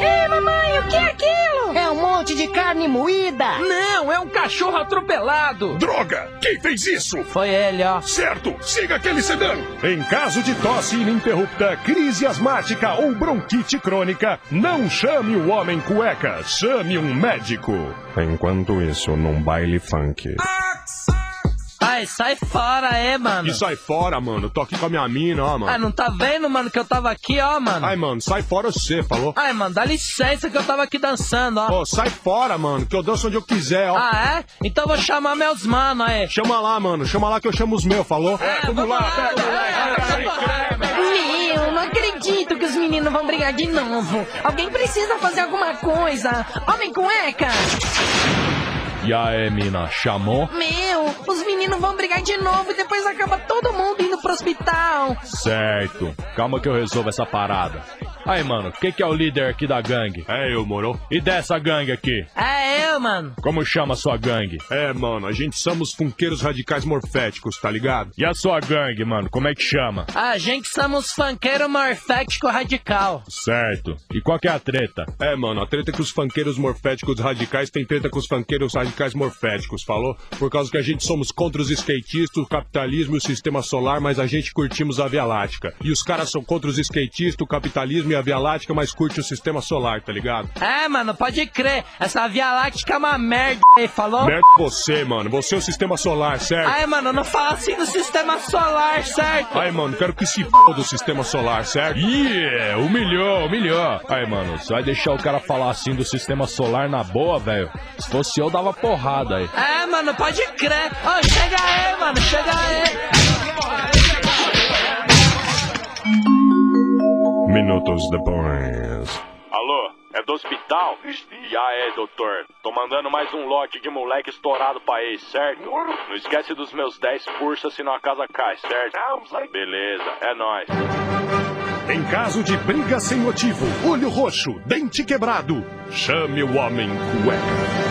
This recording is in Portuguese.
Ei, mamãe, o que é aquilo? É um monte de carne moída. Não, é um cachorro atropelado. Droga! Quem fez isso? Foi ele, ó. Certo! Siga aquele sedã! Em caso de tosse ininterrupta, crise asmática ou bronquite crônica, não chame o homem cueca, chame um médico. Enquanto isso, num baile funk. Ai, sai fora, é, mano. E sai fora, mano. Tô aqui com a minha mina, ó, mano. Ah, não tá vendo, mano, que eu tava aqui, ó, mano. Ai, mano, sai fora você, falou? Ai, mano, dá licença que eu tava aqui dançando, ó. Ô, sai fora, mano, que eu danço onde eu quiser, ó. Ah, é? Então eu vou chamar meus mano aí. Chama lá, mano. Chama lá que eu chamo os meus, falou? É, vamos lá, vamos lá. Meu, não acredito que os meninos vão brigar de novo. Alguém precisa fazer alguma coisa. Homem cueca! E aí, mina, chamou? Meu, os meninos vão brigar de novo e depois acaba todo mundo indo pro hospital. Certo. Calma que eu resolvo essa parada. Aí, mano, quem que é o líder aqui da gangue? É eu, moro. E dessa gangue aqui? É eu, mano. Como chama a sua gangue? É, mano, a gente somos funkeiros radicais morféticos, tá ligado? E a sua gangue, mano, como é que chama? A gente somos funkeiro morfético radical. Certo. E qual que é a treta? É, mano, a treta é que os funkeiros morféticos radicais tem treta com os funkeiros radicais morféticos, falou? Por causa que a gente somos contra os skatistas, o capitalismo e o sistema solar, mas a gente curtimos a Via Láctea. E os caras são contra os skatistas, o capitalismo e a Via Láctea, mas curte o sistema solar, tá ligado? É, mano, pode crer. Essa Via Láctea é uma merda aí, falou? Merda você, mano. Você é o sistema solar, certo? Ai, mano, não fala assim do sistema solar, certo? Ai, mano, quero que se foda do sistema solar, certo? Yeah, humilhou, humilhou. Aí, mano, você vai deixar o cara falar assim do sistema solar na boa, velho? Se fosse eu, dava porrada aí. É, mano, pode crer. Ô, chega aí, mano, chega aí. Minutos depois. Alô, é do hospital? Já é, doutor. Tô mandando mais um lote de moleque estourado pra ex, certo? Não esquece dos meus 10 pursa senão a casa cai, certo? Beleza, é nóis. Em caso de briga sem motivo, olho roxo, dente quebrado, chame o homem cueca.